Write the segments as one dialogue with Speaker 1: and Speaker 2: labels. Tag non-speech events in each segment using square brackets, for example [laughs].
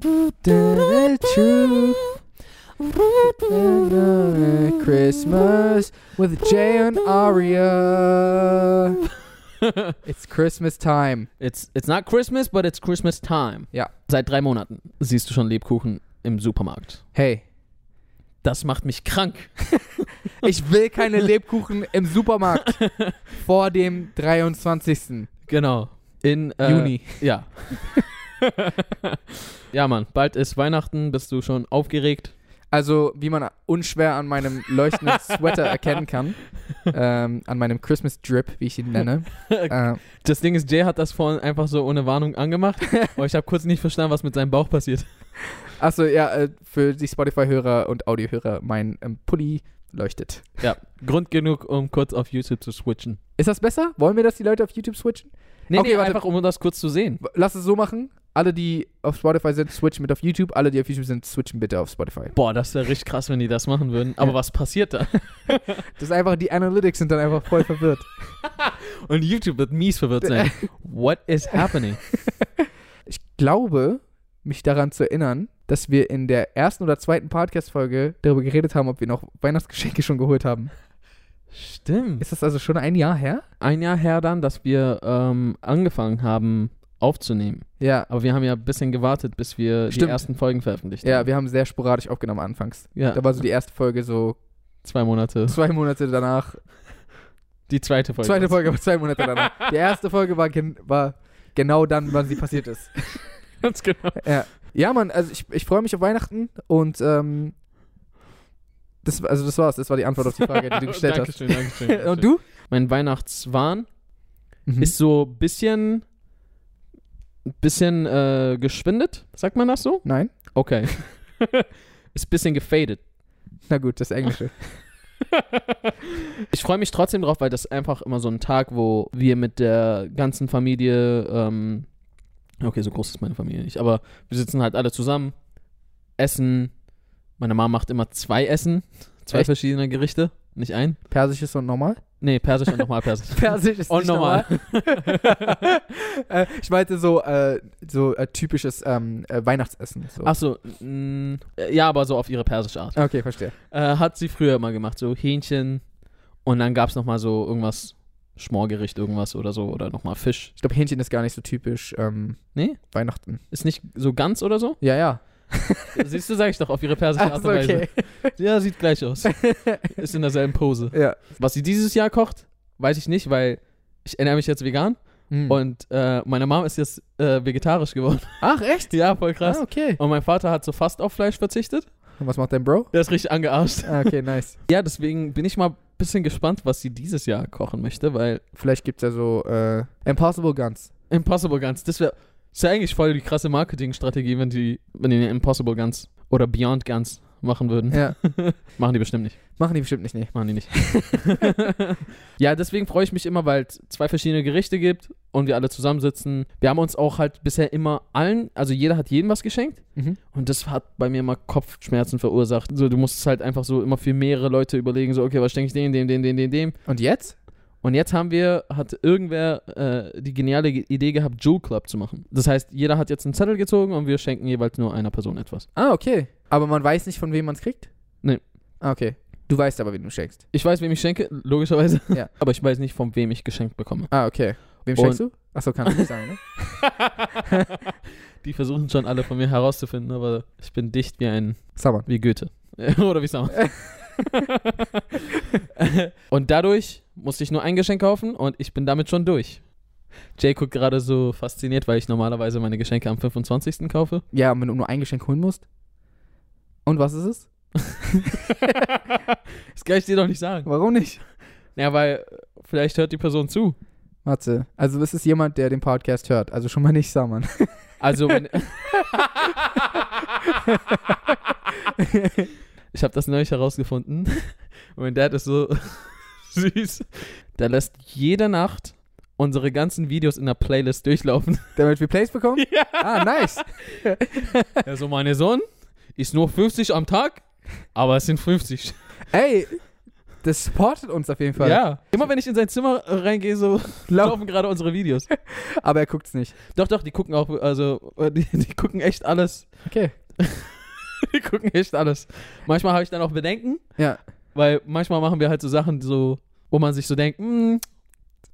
Speaker 1: The truth. Another Christmas with Jay and Aria. It's Christmas time.
Speaker 2: It's, it's not Christmas, but it's Christmas time.
Speaker 1: Ja.
Speaker 2: Seit drei Monaten siehst du schon Lebkuchen im Supermarkt.
Speaker 1: Hey,
Speaker 2: Das macht mich krank.
Speaker 1: [laughs] ich will keine Lebkuchen im
Speaker 2: [laughs]
Speaker 1: Supermarkt vor dem 23.
Speaker 2: Genau. In äh,
Speaker 1: Juni.
Speaker 2: Ja. [laughs] ja, Mann. Bald ist Weihnachten. Bist du schon aufgeregt?
Speaker 1: Also, wie man unschwer an meinem leuchtenden Sweater erkennen
Speaker 2: [laughs]
Speaker 1: kann, ähm, an meinem Christmas Drip, wie ich ihn nenne. Äh,
Speaker 2: Das Ding ist, Jay hat das vorhin einfach so ohne Warnung [laughs] angemacht. aber ich habe kurz nicht verstanden, was mit seinem Bauch passiert.
Speaker 1: achso, ja, äh, für die Spotify-Hörer und Audiohörer, mein ähm, Pulli leuchtet.
Speaker 2: Ja. Grund genug, um kurz auf YouTube zu switchen.
Speaker 1: Ist das besser? Wollen wir, dass die Leute auf YouTube switchen?
Speaker 2: Nee,
Speaker 1: Okay,
Speaker 2: nee,
Speaker 1: warte.
Speaker 2: einfach um das kurz zu sehen.
Speaker 1: W- Lass es so machen. Alle, die auf Spotify sind, switchen mit auf YouTube. Alle, die auf YouTube sind, switchen bitte auf Spotify.
Speaker 2: Boah, das wäre richtig krass, wenn die das machen würden. Aber
Speaker 1: Ja.
Speaker 2: was passiert [laughs] da?
Speaker 1: Das ist einfach, die Analytics sind dann einfach voll verwirrt.
Speaker 2: Und YouTube wird mies verwirrt [laughs] sein. What is happening?
Speaker 1: Ich glaube, mich daran zu erinnern, dass wir in der ersten oder zweiten Podcast-Folge darüber geredet haben, ob wir noch Weihnachtsgeschenke schon geholt haben.
Speaker 2: Stimmt.
Speaker 1: Ist das also schon ein Jahr her?
Speaker 2: Ein Jahr her dann, dass wir ähm, angefangen haben aufzunehmen.
Speaker 1: Ja.
Speaker 2: Aber wir haben ja ein bisschen gewartet, bis wir die
Speaker 1: Stimmt.
Speaker 2: ersten Folgen veröffentlicht
Speaker 1: Ja,
Speaker 2: haben.
Speaker 1: wir haben sehr sporadisch aufgenommen anfangs.
Speaker 2: Ja,
Speaker 1: Da war so die erste Folge so
Speaker 2: zwei Monate.
Speaker 1: zwei Monate danach.
Speaker 2: Die zweite Folge.
Speaker 1: Zweite
Speaker 2: [laughs]
Speaker 1: Folge war zwei Monate danach. Die erste Folge war, gen war genau dann, wann sie passiert ist.
Speaker 2: [laughs] Ganz genau.
Speaker 1: Ja, ja Mann, also ich, ich freue mich auf Weihnachten und ähm, das, also das war's, das war die Antwort auf die Frage,
Speaker 2: [laughs]
Speaker 1: die du gestellt hast.
Speaker 2: Dankeschön, Dankeschön, Dankeschön.
Speaker 1: [laughs] Und du? Mhm.
Speaker 2: Mein Weihnachtswahn ist so ein bisschen, ein bisschen äh, geschwindet, sagt man das so?
Speaker 1: Nein? [laughs]
Speaker 2: Okay. ist ein bisschen gefadet.
Speaker 1: Na gut, das Englische.
Speaker 2: [laughs] Ich freue mich trotzdem drauf, weil das einfach immer so ein Tag, wo wir mit der ganzen Familie, ähm, okay, so groß ist meine Familie nicht, aber wir sitzen halt alle zusammen, essen. Meine Mama macht immer zwei Essen, zwei
Speaker 1: Echt?
Speaker 2: verschiedene Gerichte, nicht ein.
Speaker 1: Persisch ist und normal?
Speaker 2: Nee, Persisch und
Speaker 1: [laughs]
Speaker 2: nochmal [laughs] Persisch.
Speaker 1: Persisch ist
Speaker 2: und nochmal.
Speaker 1: [laughs] äh, ich meinte so, äh, so äh, typisches ähm, äh, Weihnachtsessen. So.
Speaker 2: Achso, mm, ja, aber so auf ihre persische Art.
Speaker 1: Okay, verstehe.
Speaker 2: Äh, hat sie früher immer gemacht, so Hähnchen und dann gab es nochmal so irgendwas, Schmorgericht, irgendwas oder so, oder nochmal Fisch.
Speaker 1: Ich glaube, Hähnchen ist gar nicht so typisch ähm,
Speaker 2: Nee?
Speaker 1: Weihnachten.
Speaker 2: Ist nicht so ganz oder so?
Speaker 1: Ja, ja.
Speaker 2: Siehst du, sag ich doch, auf ihre persische Art
Speaker 1: Ach
Speaker 2: und
Speaker 1: so,
Speaker 2: Weise.
Speaker 1: okay.
Speaker 2: Ja, sieht
Speaker 1: [laughs]
Speaker 2: gleich aus. Ist in derselben Pose.
Speaker 1: ja.
Speaker 2: Was sie dieses Jahr kocht, weiß ich nicht, weil ich ernähre mich jetzt vegan
Speaker 1: Mhm.
Speaker 2: und äh, meine Mom ist jetzt äh, vegetarisch geworden.
Speaker 1: Ach, echt?
Speaker 2: ja, voll krass.
Speaker 1: Ah, okay.
Speaker 2: Und mein Vater hat so fast auf Fleisch verzichtet.
Speaker 1: Und was macht dein Bro?
Speaker 2: Der ist richtig angearscht.
Speaker 1: Ah, okay, nice.
Speaker 2: Ja, deswegen bin ich mal ein bisschen gespannt, was sie dieses Jahr kochen möchte, weil
Speaker 1: [laughs] Vielleicht gibt's ja so äh, Impossible Guns. [laughs]
Speaker 2: Impossible Guns, das wäre ist ja eigentlich voll die krasse Marketingstrategie, wenn die wenn die eine Impossible Guns oder Beyond Guns machen würden.
Speaker 1: Ja.
Speaker 2: Machen die bestimmt nicht.
Speaker 1: Machen die bestimmt nicht, nee.
Speaker 2: Machen die nicht. [laughs] ja, deswegen freue ich mich immer, weil es zwei verschiedene Gerichte gibt und wir alle zusammensitzen. Wir haben uns auch halt bisher immer allen, also jeder hat jedem was geschenkt
Speaker 1: Mhm.
Speaker 2: und das hat bei mir immer Kopfschmerzen verursacht. So, du musst halt einfach so immer für mehrere Leute überlegen, so, okay, was schenke ich dem, dem, dem, dem, dem, dem.
Speaker 1: Und jetzt?
Speaker 2: Und jetzt haben wir, hat irgendwer äh, die geniale Ge- Idee gehabt, Jewel Club zu machen. Das heißt, jeder hat jetzt einen Zettel gezogen und wir schenken jeweils nur einer Person etwas.
Speaker 1: Ah, okay. Aber man weiß nicht, von wem man es kriegt?
Speaker 2: Nee.
Speaker 1: Ah, okay. Du weißt aber, wen du schenkst.
Speaker 2: Ich weiß, wem ich schenke, logischerweise.
Speaker 1: Ja.
Speaker 2: [laughs] Aber ich weiß nicht, von wem ich geschenkt bekomme.
Speaker 1: Ah, okay. Wem schenkst du? Achso, kannst du nicht sagen, [laughs] ne?
Speaker 2: [laughs] die versuchen schon alle von mir herauszufinden, aber ich bin dicht wie ein,
Speaker 1: Saman.
Speaker 2: wie Goethe. [laughs] Oder wie Sam. und dadurch musste ich nur ein Geschenk kaufen und ich bin damit schon durch. Jay guckt gerade so fasziniert, weil ich normalerweise meine Geschenke am 25. kaufe.
Speaker 1: Ja, und wenn du nur ein Geschenk holen musst. Und was ist es?
Speaker 2: das kann ich dir doch nicht sagen.
Speaker 1: Warum nicht?
Speaker 2: Ja, weil äh, vielleicht hört die Person zu.
Speaker 1: Warte. Also, es ist jemand, der den Podcast hört. Also schon mal nicht [laughs] Saman.
Speaker 2: Also, wenn. ich habe das
Speaker 1: [laughs]
Speaker 2: neulich herausgefunden. Und mein Dad ist so [laughs] süß. Der lässt jede Nacht unsere ganzen Videos in der
Speaker 1: [laughs]
Speaker 2: Playlist durchlaufen.
Speaker 1: Damit wir Plays bekommen?
Speaker 2: Ja.
Speaker 1: Ah, nice.
Speaker 2: Also, meine Sohn ist nur 50 am Tag, aber es sind 50.
Speaker 1: Ey, das supportet uns auf jeden Fall.
Speaker 2: Ja. Immer wenn ich in sein Zimmer reingehe, so laufen gerade unsere Videos.
Speaker 1: Aber er guckt's nicht.
Speaker 2: Doch, doch, die gucken auch, also äh, die, die gucken echt alles. [laughs]
Speaker 1: Okay.
Speaker 2: Die gucken echt alles. Manchmal habe ich dann auch Bedenken,
Speaker 1: Ja.
Speaker 2: weil manchmal machen wir halt so Sachen, so, wo man sich so denkt, hm,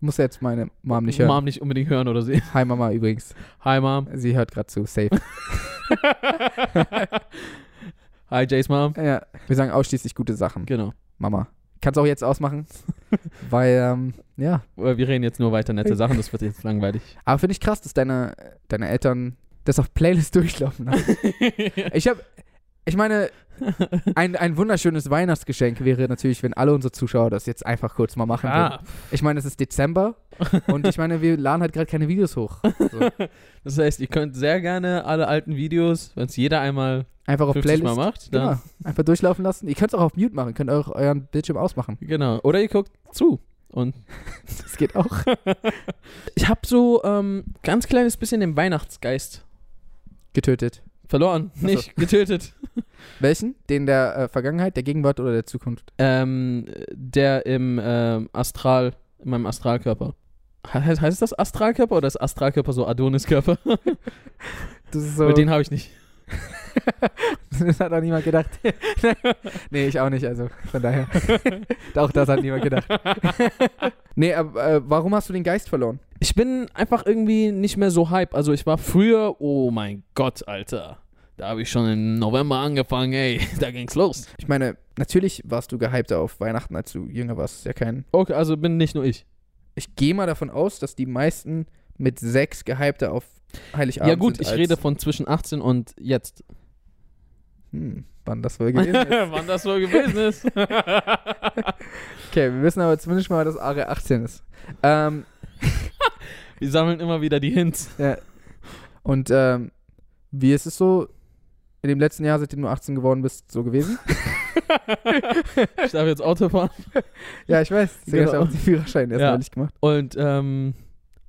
Speaker 1: Muss jetzt meine Mom nicht hören.
Speaker 2: Mom nicht unbedingt hören oder so. [laughs]
Speaker 1: Hi Mama übrigens.
Speaker 2: Hi Mom.
Speaker 1: Sie hört gerade zu.
Speaker 2: [laughs]
Speaker 1: Safe.
Speaker 2: Hi Jays Mom.
Speaker 1: ja. Wir sagen ausschließlich gute Sachen.
Speaker 2: Genau.
Speaker 1: Mama. Kannst auch jetzt
Speaker 2: [laughs]
Speaker 1: ausmachen. weil, ähm, ja.
Speaker 2: Äh, Wir reden jetzt nur weiter nette Sachen, das wird jetzt langweilig.
Speaker 1: [laughs] Aber finde ich krass, dass deine, deine Eltern das auf Playlist [laughs] durchlaufen haben. ich habe, ich meine, ein, ein wunderschönes Weihnachtsgeschenk wäre natürlich, wenn alle unsere Zuschauer das jetzt einfach kurz mal machen würden.
Speaker 2: ah,
Speaker 1: Ich meine, es ist Dezember und ich meine, wir laden halt gerade keine Videos hoch.
Speaker 2: das heißt, ihr könnt sehr gerne alle alten Videos, wenn es jeder einmal
Speaker 1: Einfach auf
Speaker 2: 50
Speaker 1: Playlist. Genau.
Speaker 2: Mal macht, dann,
Speaker 1: Ja, einfach durchlaufen lassen. Ihr könnt es auch auf Mute machen, könnt eure, euren Bildschirm ausmachen. [laughs]
Speaker 2: genau. Oder ihr guckt zu. Und
Speaker 1: Das geht auch.
Speaker 2: ich habe so ähm, ganz kleines bisschen den Weihnachtsgeist
Speaker 1: Getötet.
Speaker 2: verloren,
Speaker 1: so. [laughs]
Speaker 2: nicht getötet.
Speaker 1: Welchen? Den der äh, Vergangenheit, der Gegenwart oder der Zukunft?
Speaker 2: Ähm, der im ähm, Astral, in meinem Astralkörper. He heißt heißt das Astralkörper oder ist Astralkörper so Adoniskörper?
Speaker 1: Das
Speaker 2: [laughs]
Speaker 1: ist
Speaker 2: Weil den habe ich nicht.
Speaker 1: [laughs] das hat auch niemand gedacht. [laughs] nee, ich auch nicht, also von
Speaker 2: [laughs]
Speaker 1: daher. auch das hat niemand gedacht. nee, aber äh, warum hast du den Geist verloren?
Speaker 2: Ich bin einfach irgendwie nicht mehr so hype. Also ich war früher, oh mein Gott, Alter. Da habe ich schon im November angefangen, ey, [laughs] da ging's los.
Speaker 1: Ich meine, natürlich warst du gehypter auf Weihnachten, als du jünger warst. Ist ja kein.
Speaker 2: Okay, also bin nicht nur ich.
Speaker 1: Ich gehe mal davon aus, dass die meisten mit sechs gehypter auf Heiligabend
Speaker 2: ja gut,
Speaker 1: sind
Speaker 2: ich
Speaker 1: als-
Speaker 2: rede von zwischen 18 und
Speaker 1: [laughs]
Speaker 2: jetzt.
Speaker 1: Hm, wann das
Speaker 2: [laughs]
Speaker 1: wohl gewesen ist.
Speaker 2: Wann das so gewesen
Speaker 1: [laughs]
Speaker 2: ist.
Speaker 1: Okay, wir wissen aber zumindest mal, dass Are 18 ist. Ähm,
Speaker 2: Wir sammeln immer wieder die Hints.
Speaker 1: ja. Und ähm, wie ist es so in dem letzten Jahr, seitdem du 18 geworden bist, so gewesen? [laughs]
Speaker 2: Ich darf jetzt Auto fahren.
Speaker 1: ja, ich weiß. Deswegen hast du
Speaker 2: Genau.
Speaker 1: auch den Führerschein erst
Speaker 2: Ja.
Speaker 1: neulich gemacht.
Speaker 2: Und ähm,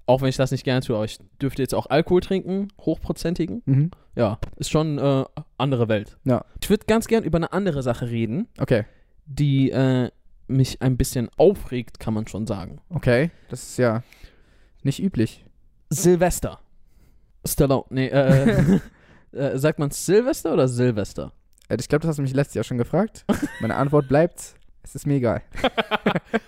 Speaker 2: auch wenn ich das nicht gerne tue, aber ich dürfte jetzt auch Alkohol trinken, hochprozentigen.
Speaker 1: Mhm.
Speaker 2: Ja, ist schon äh, andere Welt.
Speaker 1: Ja.
Speaker 2: Ich würde ganz gern über eine andere Sache reden,
Speaker 1: Okay.
Speaker 2: die äh, mich ein bisschen aufregt, kann man schon sagen.
Speaker 1: Okay. Das ist ja nicht üblich.
Speaker 2: Silvester. Stallone, nee,
Speaker 1: [laughs]
Speaker 2: äh, äh, sagt man Silvester oder Silvester?
Speaker 1: Äh, Ich glaube, das hast du mich letztes Jahr schon gefragt. Meine Antwort bleibt, es ist mir egal.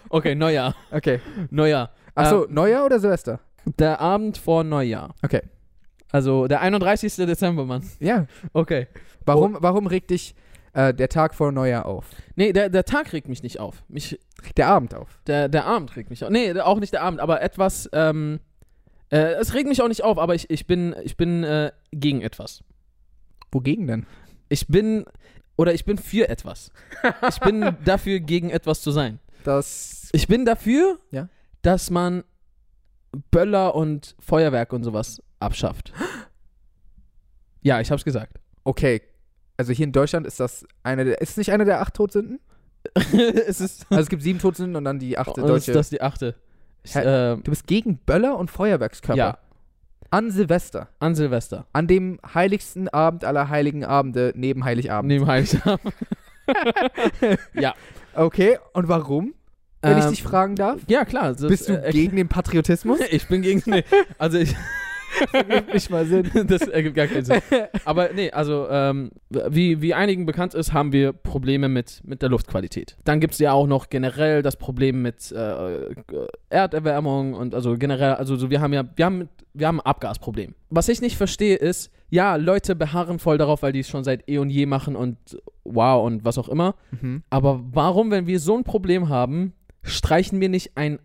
Speaker 2: Okay, Neujahr,
Speaker 1: Okay.
Speaker 2: Neujahr.
Speaker 1: Achso, Neujahr oder Silvester?
Speaker 2: Der Abend vor Neujahr.
Speaker 1: Okay.
Speaker 2: Also der 31. Dezember, Mann.
Speaker 1: Ja.
Speaker 2: Okay.
Speaker 1: Warum, warum regt dich äh, der Tag vor Neujahr auf?
Speaker 2: Nee, der, der Tag regt mich nicht auf. Mich,
Speaker 1: Regt der Abend auf?
Speaker 2: der, der Abend regt mich auf. Nee, der- auch nicht der Abend, aber etwas. Ähm, äh, es regt mich auch nicht auf, aber ich, ich bin, ich bin äh, gegen etwas.
Speaker 1: Wogegen denn?
Speaker 2: Ich bin oder ich bin für etwas. Ich
Speaker 1: [laughs]
Speaker 2: bin dafür, gegen etwas zu sein.
Speaker 1: Das.
Speaker 2: Ich bin dafür,
Speaker 1: Ja.
Speaker 2: dass man Böller und Feuerwerk und sowas abschafft. Ja, ich
Speaker 1: [laughs]
Speaker 2: hab's gesagt.
Speaker 1: Okay. Also hier in Deutschland ist das eine der. Ist es nicht eine der acht Todsünden?
Speaker 2: es ist,
Speaker 1: Also es gibt sieben Todsünden und dann die achte
Speaker 2: das
Speaker 1: deutsche.
Speaker 2: ist das die achte. Ich, äh,
Speaker 1: du bist gegen Böller und Feuerwerkskörper.
Speaker 2: ja,
Speaker 1: An Silvester.
Speaker 2: an Silvester.
Speaker 1: An dem heiligsten Abend aller heiligen Abende neben Heiligabend.
Speaker 2: Neben Heiligabend.
Speaker 1: Okay, und warum? Wenn ich
Speaker 2: Ähm,
Speaker 1: dich fragen darf.
Speaker 2: Ja, klar. Das,
Speaker 1: Bist du
Speaker 2: äh,
Speaker 1: gegen den
Speaker 2: [laughs]
Speaker 1: Patriotismus?
Speaker 2: Ich bin gegen. Nee, also
Speaker 1: [laughs]
Speaker 2: ich.
Speaker 1: nicht mal Sinn.
Speaker 2: [laughs] das ergibt gar
Speaker 1: [laughs]
Speaker 2: keinen Sinn. Aber nee, also ähm, wie, wie einigen bekannt ist, haben wir Probleme mit, mit der Luftqualität. Dann gibt es ja auch noch generell das Problem mit äh, Erderwärmung und also generell, also so, wir haben ja, wir haben, wir haben ein Abgasproblem. Was ich nicht verstehe ist, ja, Leute beharren voll darauf, weil die es schon seit eh und je machen und wow und was auch immer.
Speaker 1: Mhm.
Speaker 2: Aber warum, wenn wir so ein Problem haben, streichen wir nicht ein,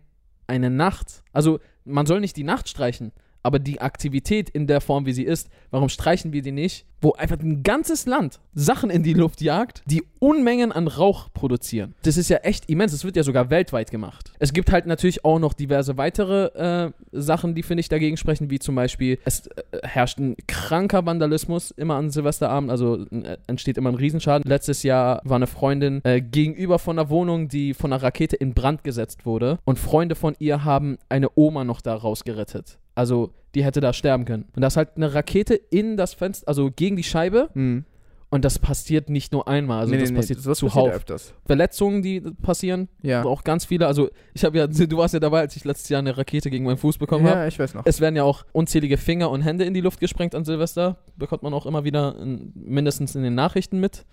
Speaker 2: eine Nacht? Also, man soll nicht die Nacht streichen, aber die Aktivität in der Form, wie sie ist, warum streichen wir die nicht? Wo einfach ein ganzes Land Sachen in die Luft jagt, die Unmengen an Rauch produzieren. Das ist ja echt immens. Das wird ja sogar weltweit gemacht. Es gibt halt natürlich auch noch diverse weitere äh, Sachen, die, finde ich, dagegen sprechen, wie zum Beispiel, es äh, herrscht ein kranker Vandalismus immer an Silvesterabend, also äh, entsteht immer ein Riesenschaden. Letztes Jahr war eine Freundin äh, gegenüber von einer Wohnung, die von einer Rakete in Brand gesetzt wurde und Freunde von ihr haben eine Oma noch da rausgerettet. Also die hätte da sterben können. Und da ist halt eine Rakete in das Fenster, also gegen die Scheibe
Speaker 1: Mhm.
Speaker 2: Und das passiert nicht nur einmal, also
Speaker 1: Nee,
Speaker 2: das
Speaker 1: nee, nee,
Speaker 2: passiert
Speaker 1: sowas
Speaker 2: zuhauf.
Speaker 1: öfters.
Speaker 2: Verletzungen, die passieren,
Speaker 1: Ja.
Speaker 2: auch ganz viele. Also ich habe ja, du warst ja dabei, als ich letztes Jahr eine Rakete gegen meinen Fuß bekommen habe.
Speaker 1: ja, ich
Speaker 2: [laughs]
Speaker 1: weiß noch.
Speaker 2: Es werden ja auch unzählige Finger und Hände in die Luft gesprengt an Silvester. Bekommt man auch immer wieder in, mindestens in den Nachrichten mit.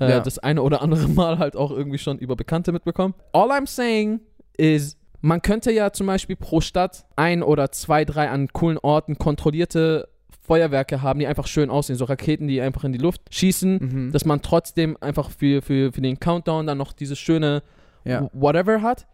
Speaker 2: Äh,
Speaker 1: Ja.
Speaker 2: Das eine oder andere [laughs] Mal halt auch irgendwie schon über Bekannte mitbekommen. All I'm saying is, man könnte ja zum Beispiel pro Stadt ein oder zwei, drei an coolen Orten kontrollierte Feuerwerke haben, die einfach schön aussehen. So Raketen, die einfach in die Luft schießen.
Speaker 1: Mhm.
Speaker 2: Dass man trotzdem einfach für, für, für den Countdown dann noch dieses schöne
Speaker 1: ja.
Speaker 2: Oh. whatever hat.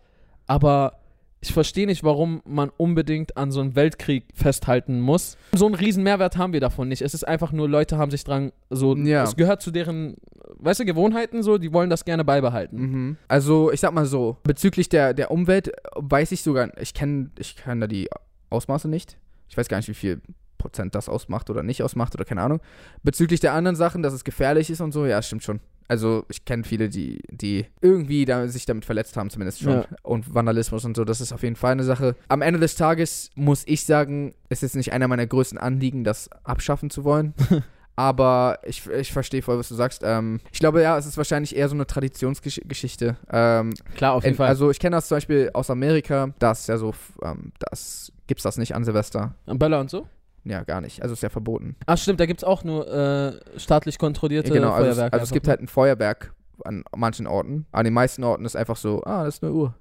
Speaker 2: Aber ich verstehe nicht, warum man unbedingt an so einem Weltkrieg festhalten muss. So einen riesen Mehrwert haben wir davon nicht. Es ist einfach nur, Leute haben sich dran, so,
Speaker 1: Ja.
Speaker 2: es gehört zu deren, weißt du, Gewohnheiten so, die wollen das gerne beibehalten.
Speaker 1: Mhm. Also, ich sag mal so, bezüglich der, der Umwelt äh, weiß ich sogar, ich kenne ich kenn da die Ausmaße nicht. Ich weiß gar nicht, wie viel Prozent das ausmacht oder nicht ausmacht oder keine Ahnung. Bezüglich der anderen Sachen, dass es gefährlich ist und so, ja, stimmt schon. Also, ich kenne viele, die, die irgendwie da, sich damit verletzt haben, zumindest schon.
Speaker 2: Ja.
Speaker 1: Und Vandalismus und so, das ist auf jeden Fall eine Sache. Am Ende des Tages muss ich sagen, es ist nicht einer meiner größten Anliegen, das abschaffen zu wollen.
Speaker 2: [laughs]
Speaker 1: Aber ich, ich verstehe voll, was du sagst. Ähm, ich glaube, ja, es ist wahrscheinlich eher so eine Traditionsgeschichte. Ähm,
Speaker 2: Klar, auf
Speaker 1: in- also ich kenne das zum Beispiel aus Amerika. Da ist ja so, f- ähm, das gibt's das nicht an Silvester.
Speaker 2: Böller und so.
Speaker 1: Ja, gar nicht. Also ist ja verboten.
Speaker 2: also Ach stimmt, da gibt es auch nur äh, staatlich kontrollierte
Speaker 1: Ja, genau, also, es-
Speaker 2: Feuerwerke.
Speaker 1: also es gibt halt ein Feuerwerk an manchen Orten. An den meisten Orten ist einfach so, ah, das ist eine Uhr.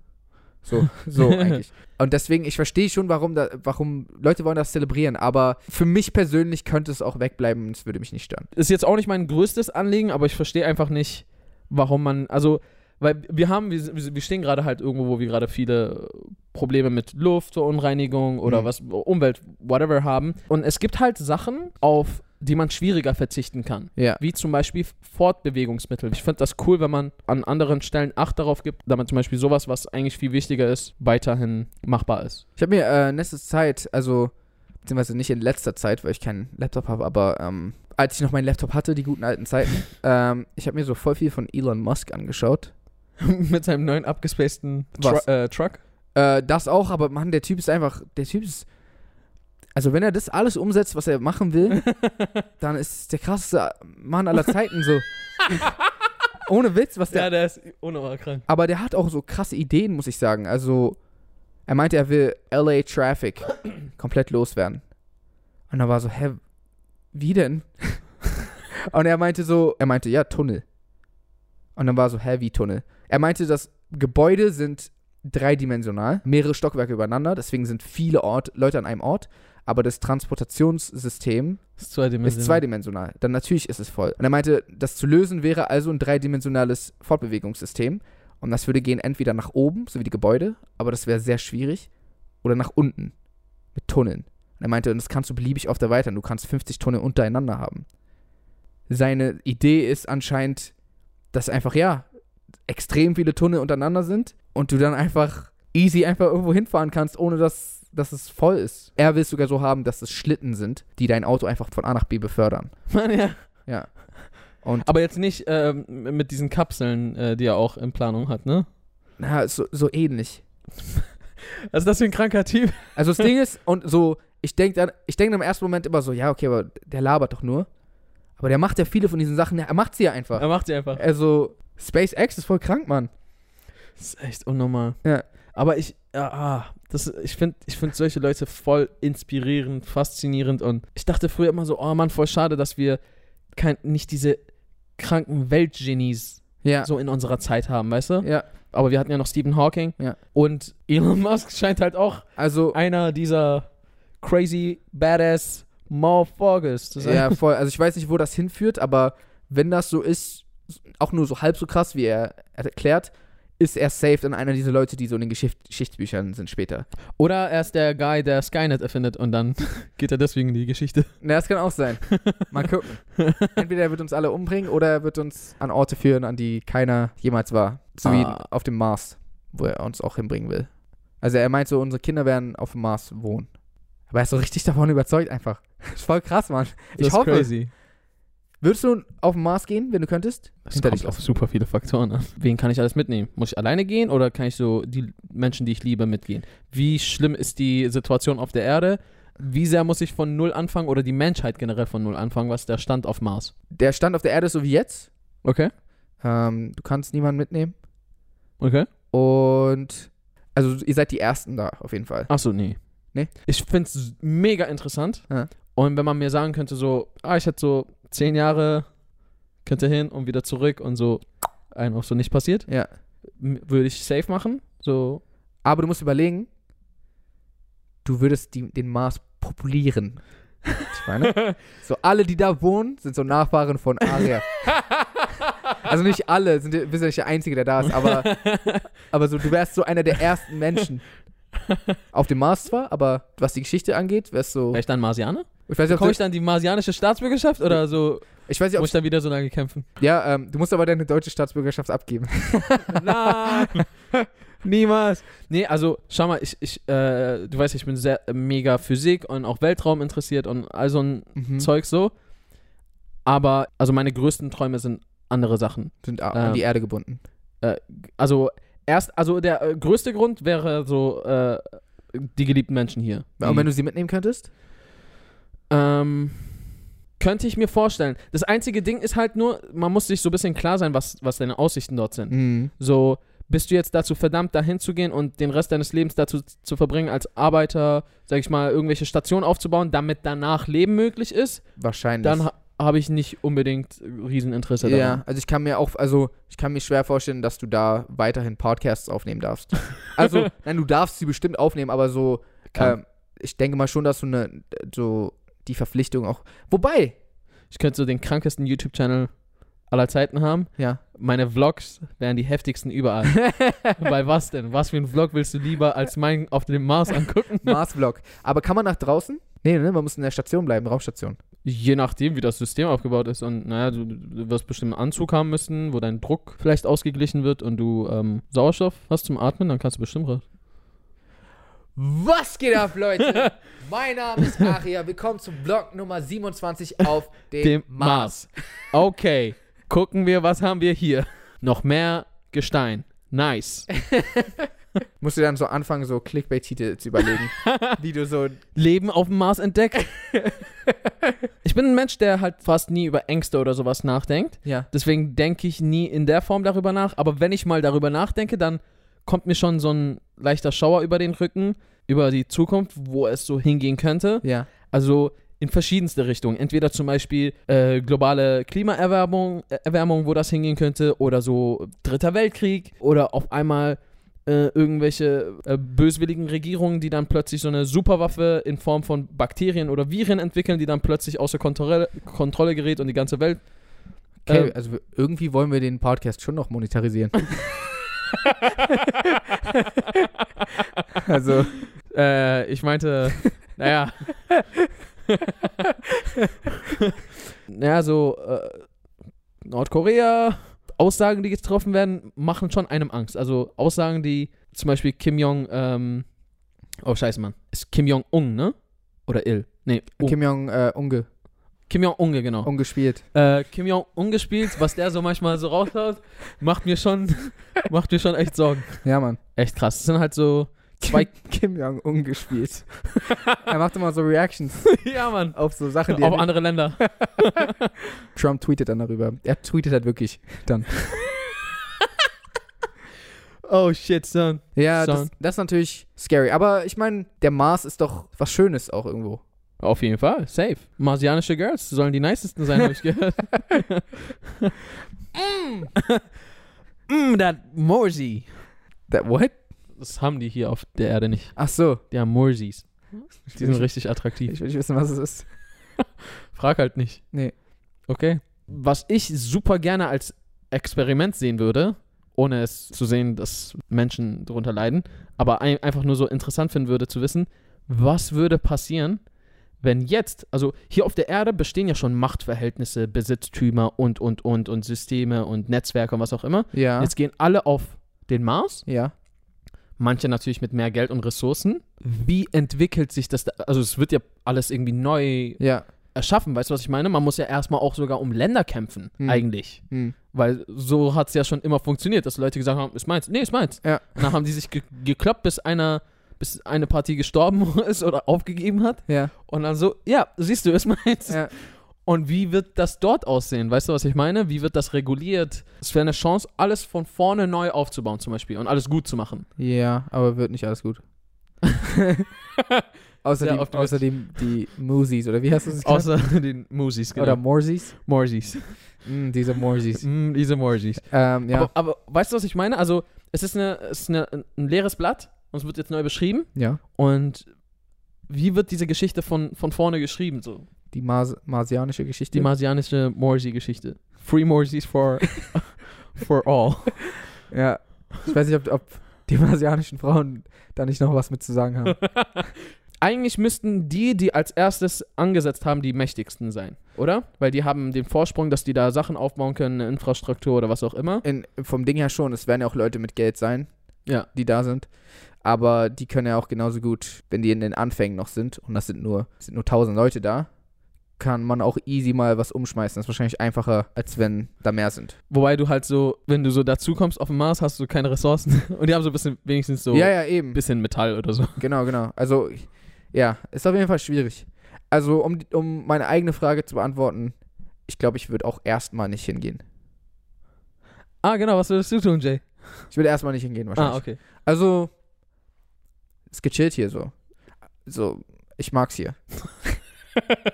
Speaker 1: So, so eigentlich. Und deswegen, ich verstehe schon, warum da, warum Leute wollen das zelebrieren, aber für mich persönlich könnte es auch wegbleiben und es würde mich nicht stören.
Speaker 2: ist jetzt auch nicht mein größtes Anliegen, aber ich verstehe einfach nicht, warum man, also, weil wir haben, wir, wir stehen gerade halt irgendwo, wo wir gerade viele Probleme mit Luftverunreinigung oder
Speaker 1: Mhm.
Speaker 2: was, Umwelt, whatever haben. Und es gibt halt Sachen, auf die man schwieriger verzichten kann.
Speaker 1: Ja.
Speaker 2: Wie zum Beispiel Fortbewegungsmittel. Ich finde das cool, wenn man an anderen Stellen Acht darauf gibt, damit zum Beispiel sowas, was eigentlich viel wichtiger ist, weiterhin machbar ist.
Speaker 1: Ich habe mir äh, in letzter Zeit, also beziehungsweise nicht in letzter Zeit, weil ich keinen Laptop habe, aber ähm, als ich noch meinen Laptop hatte, die guten alten Zeiten, ähm, ich habe mir so voll viel von Elon Musk angeschaut.
Speaker 2: [laughs] mit seinem neuen abgespaceden
Speaker 1: Was?
Speaker 2: Tru äh, [laughs] Truck.
Speaker 1: Äh, das auch, aber Mann, der Typ ist einfach, der Typ ist, also wenn er das alles umsetzt, was er machen will, dann ist der krasseste Mann aller Zeiten so. Ohne Witz, was der
Speaker 2: Ja, der ist unnormal krank.
Speaker 1: Aber der hat auch so krasse Ideen, muss ich sagen. Also, er meinte, er will LA Traffic komplett loswerden. Und er war so, hä, wie denn? Und er meinte so, er meinte, ja, Tunnel. Und dann war so, hä, wie Tunnel? Er meinte, dass Gebäude sind dreidimensional, mehrere Stockwerke übereinander, deswegen sind viele Ort, Leute an einem Ort, aber das Transportationssystem
Speaker 2: Ist zweidimensional.
Speaker 1: ist zweidimensional. Dann natürlich ist es voll. Und er meinte, das zu lösen wäre also ein dreidimensionales Fortbewegungssystem. Und das würde gehen entweder nach oben, so wie die Gebäude, aber das wäre sehr schwierig, oder nach unten, mit Tunneln. Und er meinte, und das kannst du beliebig oft erweitern. Du kannst 50 Tunnel untereinander haben. Seine Idee ist anscheinend, dass einfach, ja, extrem viele Tunnel untereinander sind und du dann einfach easy einfach irgendwo hinfahren kannst, ohne dass, dass es voll ist. Er will es sogar so haben, dass es Schlitten sind, die dein Auto einfach von A nach B befördern.
Speaker 2: Mann, [laughs] ja.
Speaker 1: Ja. Und
Speaker 2: Aber jetzt nicht ähm, mit diesen Kapseln, äh, die er auch in Planung hat, ne?
Speaker 1: na, so, so ähnlich.
Speaker 2: Also das ist ein kranker Typ.
Speaker 1: Also das Ding ist, und so, ich denke dann, ich denke im ersten Moment immer so, ja, okay, aber der labert doch nur. Aber der macht ja viele von diesen Sachen, er macht sie ja einfach.
Speaker 2: Er macht sie einfach.
Speaker 1: Also, SpaceX ist voll krank, Mann.
Speaker 2: Das ist echt unnormal.
Speaker 1: Ja.
Speaker 2: Aber ich, ja, ah, das, ich finde ich find solche Leute voll inspirierend, faszinierend und ich dachte früher immer so, oh Mann, voll schade, dass wir kein, nicht diese kranken Weltgenies
Speaker 1: Ja.
Speaker 2: so in unserer Zeit haben, weißt du?
Speaker 1: Ja.
Speaker 2: Aber wir hatten ja noch Stephen Hawking
Speaker 1: Ja.
Speaker 2: und Elon Musk scheint halt auch
Speaker 1: Also,
Speaker 2: einer dieser crazy, badass Motherfuckers zu sein.
Speaker 1: Ja, voll. Also ich weiß nicht, wo das hinführt, aber wenn das so ist, auch nur so halb so krass, wie er erklärt, ist er safe dann einer dieser Leute, die so in den Geschicht Geschichtsbüchern sind später.
Speaker 2: Oder er ist der Guy, der Skynet erfindet und dann [laughs] geht er deswegen in die Geschichte.
Speaker 1: Na, das kann auch sein. Mal
Speaker 2: [laughs]
Speaker 1: gucken. Entweder er wird uns alle umbringen oder er wird uns an Orte führen, an die keiner jemals war. So wie
Speaker 2: Ah.
Speaker 1: auf dem Mars, wo er uns auch hinbringen will. Also er meint so, unsere Kinder werden auf dem Mars wohnen. Aber er ist so richtig davon überzeugt einfach. [laughs] Ist voll krass, Mann. Ich hoffe.
Speaker 2: crazy.
Speaker 1: Würdest du auf den Mars gehen, wenn du könntest?
Speaker 2: Es
Speaker 1: Hinter dich
Speaker 2: kommt auf super viele Faktoren an. Wen kann ich alles mitnehmen? Muss ich alleine gehen oder kann ich so die Menschen, die ich liebe, mitgehen? Wie schlimm ist die Situation auf der Erde? wie sehr muss ich von Null anfangen oder die Menschheit generell von Null anfangen? Was ist der Stand auf Mars?
Speaker 1: Der Stand auf der Erde ist so wie jetzt.
Speaker 2: Okay.
Speaker 1: Ähm, du kannst niemanden mitnehmen.
Speaker 2: Okay.
Speaker 1: Und also ihr seid die Ersten da, auf jeden Fall.
Speaker 2: Achso, nee.
Speaker 1: Nee?
Speaker 2: Ich finde es mega interessant.
Speaker 1: Ja.
Speaker 2: Und wenn man mir sagen könnte, so, ah, ich hätte so zehn Jahre, könnte hin und wieder zurück und so, einen auch so nicht passiert,
Speaker 1: Ja.
Speaker 2: m- würde ich safe machen. So,
Speaker 1: Aber du musst überlegen, du würdest die, den Mars populieren. Ich meine, so alle, die da wohnen, sind so Nachfahren von Aria. Also nicht alle, sind, bist ja nicht der Einzige, der da ist, aber, aber so, du wärst so einer der ersten Menschen. Auf dem Mars zwar, aber was die Geschichte angeht, wärst so.
Speaker 2: wäre ich dann Marsianer?
Speaker 1: Ich weiß nicht, ob
Speaker 2: Bekomme
Speaker 1: du,
Speaker 2: ich dann die marsianische Staatsbürgerschaft oder so,
Speaker 1: ich weiß nicht,
Speaker 2: muss
Speaker 1: ob,
Speaker 2: ich dann wieder so lange kämpfen?
Speaker 1: ja, ähm, du musst aber deine deutsche Staatsbürgerschaft abgeben. [laughs]
Speaker 2: Nein! Niemals. Nee, also schau mal, ich, ich, äh, du weißt, ich bin sehr mega Physik und auch Weltraum interessiert und all so ein
Speaker 1: Mhm.
Speaker 2: Zeug so. Aber, also meine größten Träume sind andere Sachen.
Speaker 1: Sind a- an
Speaker 2: Ähm.
Speaker 1: die Erde gebunden.
Speaker 2: Also erst, also der äh, größte Grund wäre so äh, die geliebten Menschen hier.
Speaker 1: Und
Speaker 2: Die-
Speaker 1: wenn du sie mitnehmen könntest?
Speaker 2: ähm, könnte ich mir vorstellen. Das einzige Ding ist halt nur, man muss sich so ein bisschen klar sein, was, was deine Aussichten dort sind.
Speaker 1: Mhm.
Speaker 2: So, bist du jetzt dazu verdammt, dahin zu gehen und den Rest deines Lebens dazu zu verbringen, als Arbeiter, sag ich mal, irgendwelche Stationen aufzubauen, damit danach Leben möglich ist?
Speaker 1: Wahrscheinlich.
Speaker 2: Dann ha habe ich nicht unbedingt Rieseninteresse
Speaker 1: Ja,
Speaker 2: daran.
Speaker 1: also ich kann mir auch, also ich kann mir schwer vorstellen, dass du da weiterhin Podcasts aufnehmen darfst. [laughs] Also, nein, du darfst sie bestimmt aufnehmen, aber so,
Speaker 2: Kann.
Speaker 1: ähm, ich denke mal schon, dass du eine, so die Verpflichtung auch. Wobei,
Speaker 2: Ich könnte so den krankesten YouTube-Channel aller Zeiten haben.
Speaker 1: [laughs] ja.
Speaker 2: Meine Vlogs wären die
Speaker 1: [laughs]
Speaker 2: heftigsten überall. Bei was denn? Was für einen Vlog willst du lieber als meinen auf dem Mars angucken?
Speaker 1: Mars-Vlog. Aber kann man nach draußen? Nee, ne, man muss in der Station bleiben, Raumstation.
Speaker 2: Je nachdem, wie das System aufgebaut ist. Und naja, du, du wirst bestimmt einen Anzug haben müssen, wo dein Druck vielleicht ausgeglichen wird und du ähm, Sauerstoff hast zum Atmen, dann kannst du bestimmt raus.
Speaker 1: Was geht ab, Leute? [laughs] mein Name ist Aria. Willkommen zum Vlog Nummer 27 [laughs] auf dem,
Speaker 2: Dem
Speaker 1: Mars.
Speaker 2: Mars. Okay, gucken wir, was haben wir hier? Noch mehr Gestein. Nice.
Speaker 1: Musst du dann so anfangen, so Clickbait-Titel zu [laughs] überlegen, wie du so
Speaker 2: Leben auf dem Mars entdeckt. Ich bin ein Mensch, der halt fast nie über Ängste oder sowas nachdenkt.
Speaker 1: ja.
Speaker 2: Deswegen denke ich nie in der Form darüber nach. Aber wenn ich mal darüber nachdenke, dann kommt mir schon so ein leichter Schauer über den Rücken, über die Zukunft, wo es so hingehen könnte.
Speaker 1: Ja.
Speaker 2: Also in verschiedenste Richtungen. Entweder zum Beispiel äh, globale Klimaerwärmung, äh, Erwärmung, wo das hingehen könnte, oder so Dritter Weltkrieg, oder auf einmal äh, irgendwelche äh, böswilligen Regierungen, die dann plötzlich so eine Superwaffe in Form von Bakterien oder Viren entwickeln, die dann plötzlich außer Kontrolle, Kontrolle gerät und die ganze Welt.
Speaker 1: Okay,
Speaker 2: Ähm,
Speaker 1: also wir- irgendwie wollen wir den Podcast schon noch monetarisieren.
Speaker 2: [laughs]
Speaker 1: also,
Speaker 2: Äh, ich meinte, [laughs] naja. naja, so äh, Nordkorea, Aussagen, die getroffen werden, machen schon einem Angst. Also Aussagen, die zum Beispiel Kim Jong, ähm, oh scheiße, Mann, ist Kim Jong-un, ne? Oder Il? Nee, Un. Kim,
Speaker 1: Kim Jong äh, unge,
Speaker 2: Jong-un,
Speaker 1: Oh.
Speaker 2: genau.
Speaker 1: ungespielt.
Speaker 2: Äh, Kim Jong-un gespielt, was der so manchmal so raushaut, macht mir schon, [laughs] macht mir schon echt Sorgen.
Speaker 1: Ja, Mann.
Speaker 2: Echt krass. Das sind halt so [laughs] zwei...
Speaker 1: [laughs] Kim Jong ungespielt. er macht immer so Reactions
Speaker 2: ja, Mann.
Speaker 1: auf so Sachen, die
Speaker 2: Auf
Speaker 1: er
Speaker 2: andere Länder.
Speaker 1: Trump tweetet dann darüber. Er tweetet halt wirklich.
Speaker 2: [laughs] Oh shit, son.
Speaker 1: Ja,
Speaker 2: So.
Speaker 1: das, das ist natürlich scary. Aber ich meine, der Mars ist doch was Schönes auch irgendwo.
Speaker 2: Auf jeden Fall, safe. Marsianische Girls sollen die nicesten sein, habe ich gehört. [laughs] mm, that Morsi.
Speaker 1: That what?
Speaker 2: Das haben die hier auf der Erde nicht.
Speaker 1: Ach so.
Speaker 2: Die haben Morsis. Die sind
Speaker 1: ich,
Speaker 2: richtig attraktiv.
Speaker 1: ich will nicht wissen, was es ist.
Speaker 2: Frag halt nicht.
Speaker 1: Nee.
Speaker 2: Okay. Was ich super gerne als Experiment sehen würde, ohne es zu sehen, dass Menschen darunter leiden, aber ein, einfach nur so interessant finden würde zu wissen, was würde passieren, wenn jetzt, also hier auf der Erde bestehen ja schon Machtverhältnisse, Besitztümer und, und, und, und Systeme und Netzwerke und was auch immer.
Speaker 1: Ja.
Speaker 2: Jetzt gehen alle auf den Mars
Speaker 1: Ja.
Speaker 2: manche natürlich mit mehr Geld und Ressourcen. Wie entwickelt sich das? Da? Also es wird ja alles irgendwie neu
Speaker 1: Ja.
Speaker 2: erschaffen, weißt du, was ich meine? Man muss ja erstmal auch sogar um Länder kämpfen,
Speaker 1: Hm.
Speaker 2: eigentlich.
Speaker 1: Hm.
Speaker 2: Weil so hat es ja schon immer funktioniert, dass Leute gesagt haben, ist meins, nee, ist meins.
Speaker 1: Ja.
Speaker 2: Und dann haben die sich ge gekloppt, bis einer bis eine Partie gestorben [laughs] ist oder aufgegeben hat.
Speaker 1: Ja.
Speaker 2: Und dann so, ja, siehst du, ist meins.
Speaker 1: Ja.
Speaker 2: Und wie wird das dort aussehen? Weißt du, was ich meine? Wie wird das reguliert? Es wäre eine Chance, alles von vorne neu aufzubauen, zum Beispiel, und alles gut zu [laughs] machen.
Speaker 1: ja, aber wird nicht alles gut. außer,
Speaker 2: Sehr
Speaker 1: die,
Speaker 2: oft
Speaker 1: außer die, die Moosies, oder wie heißt das?
Speaker 2: Außer den Musis, genau.
Speaker 1: Oder Morsies?
Speaker 2: Morsies.
Speaker 1: Mm, diese [laughs] Morsies.
Speaker 2: Mm, diese Morsies.
Speaker 1: ähm, ja.
Speaker 2: Aber, aber weißt du, was ich meine? Also, es ist, eine, es ist eine, ein leeres Blatt und es wird jetzt neu beschrieben.
Speaker 1: ja.
Speaker 2: Und wie wird diese Geschichte von, von vorne geschrieben? So?
Speaker 1: Die Mars marsianische Geschichte.
Speaker 2: Die marsianische Morsi-Geschichte. Free
Speaker 1: [laughs]
Speaker 2: Morsies for, for all.
Speaker 1: ja. Ich weiß nicht, ob, ob die marsianischen Frauen da nicht noch was mit zu sagen haben.
Speaker 2: Eigentlich müssten die, die als erstes angesetzt haben, die mächtigsten sein, oder? Weil die haben den Vorsprung, dass die da Sachen aufbauen können, eine Infrastruktur oder was auch immer.
Speaker 1: In, vom Ding her schon, es werden ja auch Leute mit Geld sein,
Speaker 2: Ja.
Speaker 1: die da sind. Aber die können ja auch genauso gut, wenn die in den Anfängen noch sind, und das sind nur, es sind nur tausend Leute da, kann man auch easy mal was umschmeißen. Das ist wahrscheinlich einfacher, als wenn da mehr sind.
Speaker 2: Wobei du halt so, wenn du so dazukommst auf dem Mars, hast du keine Ressourcen. [laughs] Und die haben so ein bisschen, wenigstens so
Speaker 1: Ja,
Speaker 2: ein
Speaker 1: ja, eben.
Speaker 2: bisschen Metall oder so.
Speaker 1: Genau, genau. Also, ja, ist auf jeden Fall schwierig. Also, um, um meine eigene Frage zu beantworten, ich glaube, ich würde auch erstmal nicht hingehen.
Speaker 2: Ah, genau, was würdest du tun, Jay?
Speaker 1: Ich würde erstmal nicht hingehen, wahrscheinlich.
Speaker 2: Ah, okay.
Speaker 1: Also, es geht chillt hier so. So, ich mag's
Speaker 2: [laughs]
Speaker 1: hier.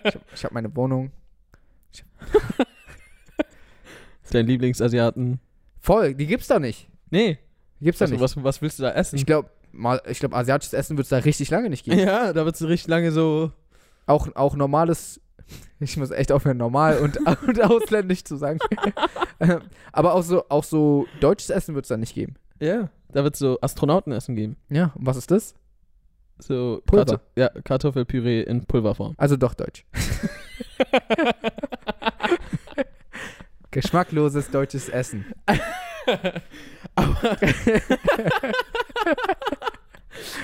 Speaker 1: ich hab, ich hab meine Wohnung.
Speaker 2: Dein Lieblingsasiaten.
Speaker 1: Voll, die gibt's da nicht.
Speaker 2: Nee,
Speaker 1: Die gibt's da
Speaker 2: also,
Speaker 1: nicht.
Speaker 2: was, was willst du da essen?
Speaker 1: Ich glaube, ich glaub, asiatisches Essen wird's da richtig lange nicht geben.
Speaker 2: ja, da wird es richtig lange so.
Speaker 1: Auch, auch normales. [laughs] Ich muss echt aufhören, normal und, [laughs] und ausländisch zu [laughs] sagen. Ähm, Aber auch so, auch so deutsches Essen wird's da nicht geben.
Speaker 2: Ja. Da wird so Astronautenessen geben.
Speaker 1: Ja, und was ist das?
Speaker 2: So
Speaker 1: Pulver.
Speaker 2: Karto- ja, Kartoffelpüree in
Speaker 1: [laughs]
Speaker 2: Pulverform.
Speaker 1: Also doch deutsch. Geschmackloses deutsches Essen.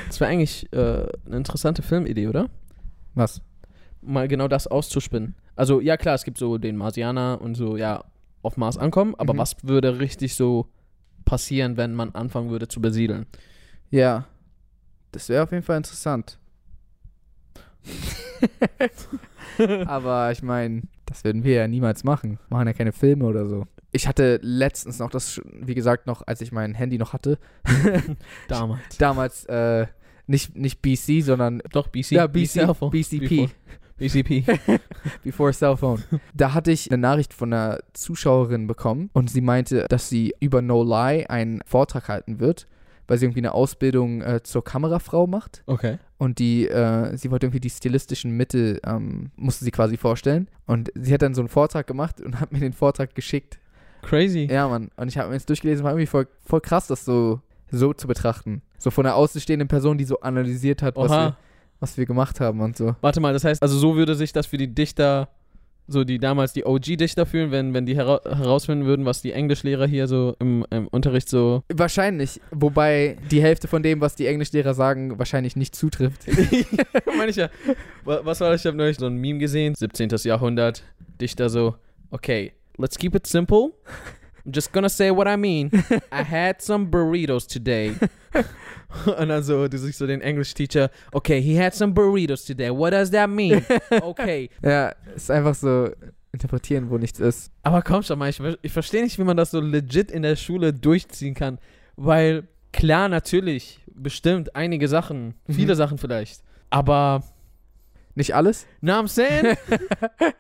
Speaker 2: Das wäre eigentlich äh, eine interessante Filmidee, oder?
Speaker 1: Was?
Speaker 2: Mal genau das auszuspinnen. Also, ja, klar, es gibt so den Marsianer und so, ja, auf Mars ankommen, aber
Speaker 1: Mhm.
Speaker 2: was würde richtig so passieren, wenn man anfangen würde zu besiedeln?
Speaker 1: [laughs] Ja. Das wäre auf jeden Fall [laughs] interessant.
Speaker 2: Ah,
Speaker 1: Aber ich meine, das würden wir ja niemals machen. Machen ja keine Filme oder so. Ich hatte letztens noch das, wie gesagt, noch, als ich mein Handy noch hatte, [laughs]
Speaker 2: Damals.
Speaker 1: damals äh, nicht, nicht BC, sondern
Speaker 2: Doch, BC.
Speaker 1: ja, BC,
Speaker 2: Cellphone.
Speaker 1: BCP,
Speaker 2: BCP.
Speaker 1: before Cellphone. Da hatte ich eine Nachricht von einer Zuschauerin bekommen und sie meinte, dass sie über No Lie einen Vortrag halten wird, weil sie irgendwie eine Ausbildung äh, zur Kamerafrau macht.
Speaker 2: Okay.
Speaker 1: Und die, äh, sie wollte irgendwie die stilistischen Mittel, ähm, musste sie quasi vorstellen. Und sie hat dann so einen Vortrag gemacht und [laughs] hat mir den Vortrag geschickt.
Speaker 2: Crazy.
Speaker 1: Ja, Mann. Und ich habe mir jetzt durchgelesen, war irgendwie voll, voll krass, das so, so zu betrachten. So von einer außenstehenden Person, die so analysiert hat, was wir,
Speaker 2: Oha.
Speaker 1: was wir gemacht haben und so.
Speaker 2: Warte mal, das heißt, also so würde sich das für die Dichter, so die damals die OG-Dichter fühlen, wenn, wenn die hera herausfinden würden, was die Englischlehrer hier so im, im Unterricht so.
Speaker 1: Wahrscheinlich. Wobei die Hälfte von dem, was die Englischlehrer sagen, wahrscheinlich nicht zutrifft.
Speaker 2: [laughs] Meine ich ja. Wa- Was war das? Ich habe neulich so ein Meme gesehen, 17. Jahrhundert, Dichter so, okay, let's keep it simple. I'm just gonna say what I mean. I had some burritos [laughs] today. Und dann so, du siehst so den Englisch-Teacher, okay, he had some burritos today. What does that [laughs] mean? [laughs] Okay,
Speaker 1: [laughs] Ja, ist einfach so interpretieren, wo nichts ist.
Speaker 2: Aber komm schon mal, ich, ich verstehe nicht, wie man das so legit in der Schule durchziehen kann. Weil, klar, natürlich, bestimmt einige Sachen,
Speaker 1: Mhm.
Speaker 2: viele Sachen vielleicht. Aber,
Speaker 1: Nicht alles?
Speaker 2: na,
Speaker 1: [laughs]
Speaker 2: I'm saying?
Speaker 1: Also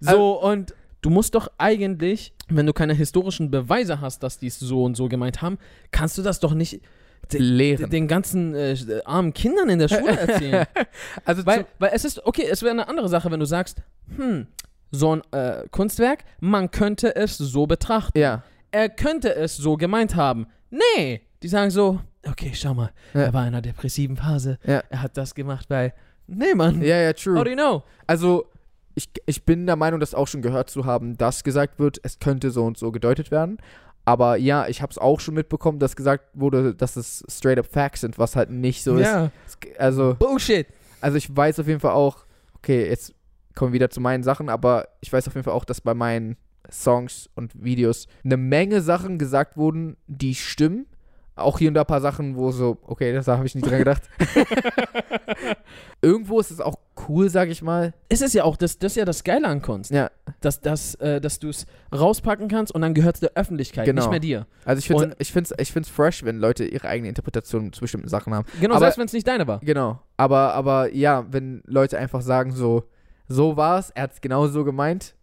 Speaker 2: so, und du musst doch eigentlich, wenn du keine historischen Beweise hast, dass die es so und so gemeint haben, kannst du das doch nicht D-
Speaker 1: Lehren.
Speaker 2: den ganzen äh, armen Kindern in der Schule erzählen.
Speaker 1: [laughs] Also
Speaker 2: Weil, weil es ist, okay, es wäre eine andere Sache, wenn du sagst, hm, so ein äh, Kunstwerk, man könnte es so betrachten
Speaker 1: zu- ja.
Speaker 2: er könnte es so gemeint haben. Nee, die sagen so, okay, schau mal,
Speaker 1: Ja.
Speaker 2: er war in einer depressiven Phase.
Speaker 1: Ja.
Speaker 2: Er hat das gemacht, weil, nee, Mann,
Speaker 1: Ja, ja, true.
Speaker 2: how do you know?
Speaker 1: Also, ich, ich bin der Meinung, das auch schon gehört zu haben, dass gesagt wird, es könnte so und so gedeutet werden. Aber ja, ich habe es auch schon mitbekommen, dass gesagt wurde, dass es straight up Facts sind, was halt nicht so
Speaker 2: ja.
Speaker 1: ist. Es- Also,
Speaker 2: Bullshit.
Speaker 1: also ich weiß auf jeden Fall auch, okay, jetzt kommen wir wieder zu meinen Sachen, aber ich weiß auf jeden Fall auch, dass bei meinen Songs und Videos eine Menge Sachen gesagt wurden, die stimmen, Auch hier und da ein paar Sachen, wo so, okay, das habe ich nicht dran gedacht. Irgendwo ist es auch cool, sag ich mal.
Speaker 2: Es ist ja auch, das, das ist ja das Geile an Kunst.
Speaker 1: Ja.
Speaker 2: Dass, dass, äh, dass du es rauspacken kannst und dann gehört es der Öffentlichkeit,
Speaker 1: Genau.
Speaker 2: nicht mehr dir.
Speaker 1: Also ich finde
Speaker 2: Und-
Speaker 1: es ich find's, ich find's fresh, wenn Leute ihre eigene Interpretation zu bestimmten Sachen haben.
Speaker 2: Genau,
Speaker 1: Aber-
Speaker 2: selbst wenn es nicht deine war.
Speaker 1: Genau. Aber, aber ja, wenn Leute einfach sagen so, so war's, er hat's genau so gemeint,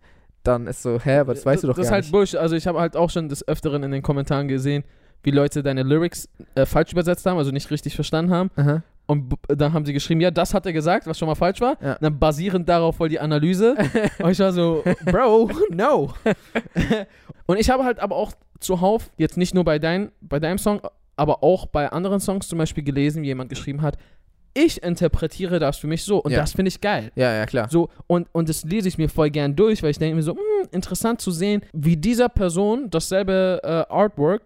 Speaker 1: dann ist so, hä, aber das weißt du doch
Speaker 2: Das ist
Speaker 1: gar
Speaker 2: halt
Speaker 1: nicht.
Speaker 2: Bullshit. Also ich habe halt auch schon des Öfteren in den Kommentaren gesehen, wie Leute deine Lyrics äh, falsch übersetzt haben, also nicht richtig verstanden haben.
Speaker 1: Aha.
Speaker 2: Und b- dann haben sie geschrieben, ja, das hat er gesagt, was schon mal falsch war.
Speaker 1: Ja.
Speaker 2: Und dann basierend darauf voll
Speaker 1: [laughs]
Speaker 2: die Analyse. und ich war so, Bro, no. und ich habe halt aber auch zuhauf, jetzt nicht nur bei, dein, bei deinem Song, aber auch bei anderen Songs zum Beispiel gelesen, wie jemand geschrieben hat, ich interpretiere das für mich so. Und
Speaker 1: Ja.
Speaker 2: das finde ich geil.
Speaker 1: Ja, ja, klar.
Speaker 2: So, und, und das lese ich mir voll gern durch, weil ich denke mir so, "Hm, interessant zu sehen, wie dieser Person dasselbe äh, Artwork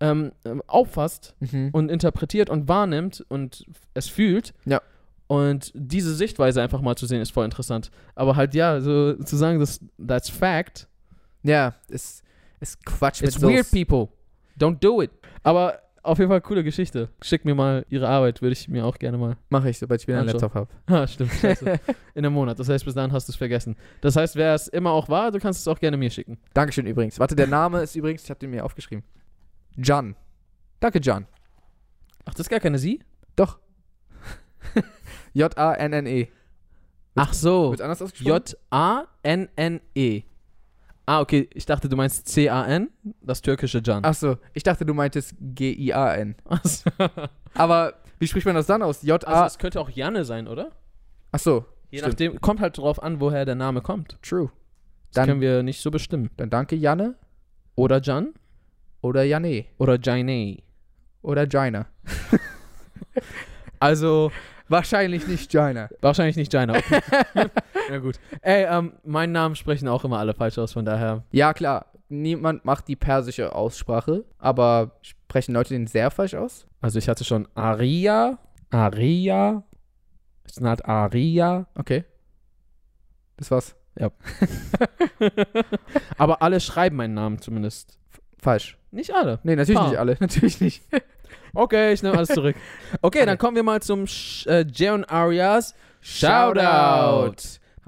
Speaker 2: ähm, ähm, auffasst
Speaker 1: Mhm.
Speaker 2: und interpretiert und wahrnimmt und es fühlt.
Speaker 1: Ja.
Speaker 2: Und diese Sichtweise einfach mal zu sehen, ist voll interessant. Aber halt, ja, so zu sagen, das, that's fact,
Speaker 1: Ja, ist, ist Quatsch
Speaker 2: it's
Speaker 1: mit so-
Speaker 2: weird, people. Don't do it. Aber auf jeden Fall coole Geschichte. Schick mir mal ihre Arbeit, würde ich mir auch gerne mal. [laughs]
Speaker 1: Mache ich, sobald ich wieder einen
Speaker 2: Also.
Speaker 1: Laptop habe.
Speaker 2: Ah, stimmt, [laughs] scheiße. In einem Monat. Das heißt, bis dahin hast du es vergessen. Das heißt, wer es immer auch war, du kannst es auch gerne mir schicken.
Speaker 1: Dankeschön übrigens. Warte, der Name ist übrigens, ich habe den mir aufgeschrieben. Jan. Danke, Jan.
Speaker 2: Ach, das ist gar keine Sie?
Speaker 1: Doch. J-A-N-N-E.
Speaker 2: Ach so.
Speaker 1: E. Wird anders ausgesprochen?
Speaker 2: J-A-N-N-E. E. Ah, okay. Ich dachte, du meinst C-A-N, das türkische Can.
Speaker 1: Achso, ich dachte, du meintest G-I-A-N.
Speaker 2: Ach so.
Speaker 1: Aber wie spricht man das dann aus?
Speaker 2: [laughs] Also,
Speaker 1: J-A.
Speaker 2: es könnte auch Janne sein, oder?
Speaker 1: Achso,
Speaker 2: Je
Speaker 1: Stimmt.
Speaker 2: nachdem, kommt halt drauf an, woher der Name kommt.
Speaker 1: true.
Speaker 2: Das
Speaker 1: Dann-
Speaker 2: können wir nicht so bestimmen.
Speaker 1: Dann danke, Janne.
Speaker 2: Oder Can
Speaker 1: Oder Janne.
Speaker 2: oder Jaine.
Speaker 1: Oder Jaina.
Speaker 2: Also,
Speaker 1: Wahrscheinlich nicht Jaina.
Speaker 2: wahrscheinlich nicht Jaina. [laughs] Okay. Na gut. Ey, ähm, meinen Namen sprechen auch immer alle falsch aus, von daher.
Speaker 1: [laughs] Ja, klar. Niemand macht die persische Aussprache, aber sprechen Leute den sehr falsch aus?
Speaker 2: Also, ich hatte schon Aria. Aria. It's not Aria.
Speaker 1: Okay. Das war's.
Speaker 2: Aber alle schreiben meinen Namen zumindest.
Speaker 1: Falsch.
Speaker 2: Nicht alle.
Speaker 1: Nee, natürlich
Speaker 2: Ah.
Speaker 1: nicht alle. [laughs] Natürlich nicht.
Speaker 2: Okay, ich nehme
Speaker 1: [laughs]
Speaker 2: alles zurück. Okay, dann kommen wir mal zum Sch äh, Jaron Arias Shoutout.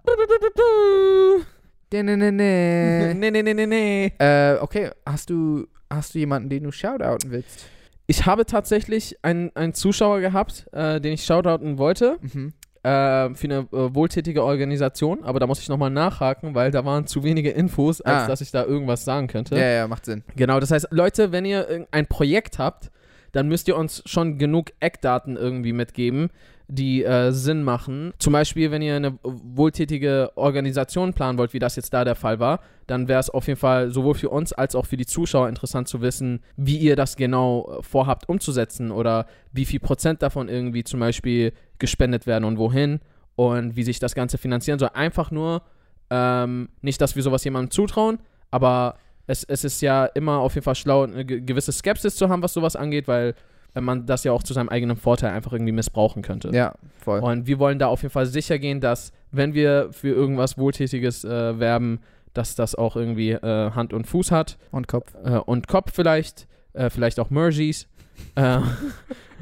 Speaker 1: Äh,
Speaker 2: [laughs]
Speaker 1: [laughs]
Speaker 2: Nee, nee, nee, nee, nee.
Speaker 1: äh, okay, hast du, hast du jemanden, den du shoutouten willst?
Speaker 2: Ich habe tatsächlich einen, einen Zuschauer gehabt, äh, den ich shoutouten wollte,
Speaker 1: Mhm.
Speaker 2: äh, für eine äh, wohltätige Organisation, aber da muss ich nochmal nachhaken, weil da waren zu wenige Infos, als
Speaker 1: Ah.
Speaker 2: dass ich da irgendwas sagen könnte.
Speaker 1: Ja, ja, macht Sinn.
Speaker 2: Genau, das heißt, Leute, wenn ihr ein Projekt habt, dann müsst ihr uns schon genug Eckdaten irgendwie mitgeben, die äh, Sinn machen. Zum Beispiel, wenn ihr eine wohltätige Organisation planen wollt, wie das jetzt da der Fall war, dann wäre es auf jeden Fall sowohl für uns als auch für die Zuschauer interessant zu wissen, wie ihr das genau äh, vorhabt umzusetzen oder wie viel Prozent davon irgendwie zum Beispiel gespendet werden und wohin und wie sich das Ganze finanzieren soll. Einfach nur, ähm, nicht, dass wir sowas jemandem zutrauen, aber es, es ist ja immer auf jeden Fall schlau, eine ge- gewisse Skepsis zu haben, was sowas angeht, weil äh, man das ja auch zu seinem eigenen Vorteil einfach irgendwie missbrauchen könnte.
Speaker 1: Ja, voll.
Speaker 2: Und wir wollen da auf jeden Fall sicher gehen, dass, wenn wir für irgendwas Wohltätiges äh, werben, dass das auch irgendwie äh, Hand und Fuß hat
Speaker 1: Und [laughs] Kopf.
Speaker 2: äh, und Kopf vielleicht, äh, vielleicht auch Mergies. äh,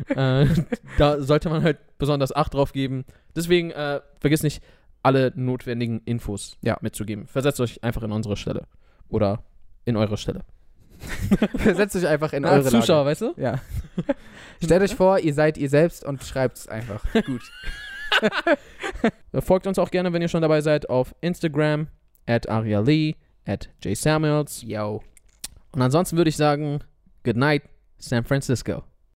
Speaker 2: [laughs] äh, da sollte man halt besonders Acht drauf geben. Deswegen äh, vergiss nicht, alle notwendigen Infos
Speaker 1: Ja.
Speaker 2: mitzugeben. Versetzt euch einfach in unsere Stelle. Oder in eure Stelle.
Speaker 1: Setzt euch einfach in
Speaker 2: Na,
Speaker 1: eure
Speaker 2: als
Speaker 1: Lage.
Speaker 2: Ah, Zuschauer, weißt du?
Speaker 1: [laughs] Ja. Stellt euch vor, ihr seid ihr selbst und schreibt es einfach. Gut.
Speaker 2: [laughs] Folgt uns auch gerne, wenn ihr schon dabei seid, auf Instagram, at Aria Lee, at Jay Samuels.
Speaker 1: Yo.
Speaker 2: Und ansonsten würde ich sagen, good night, San Francisco.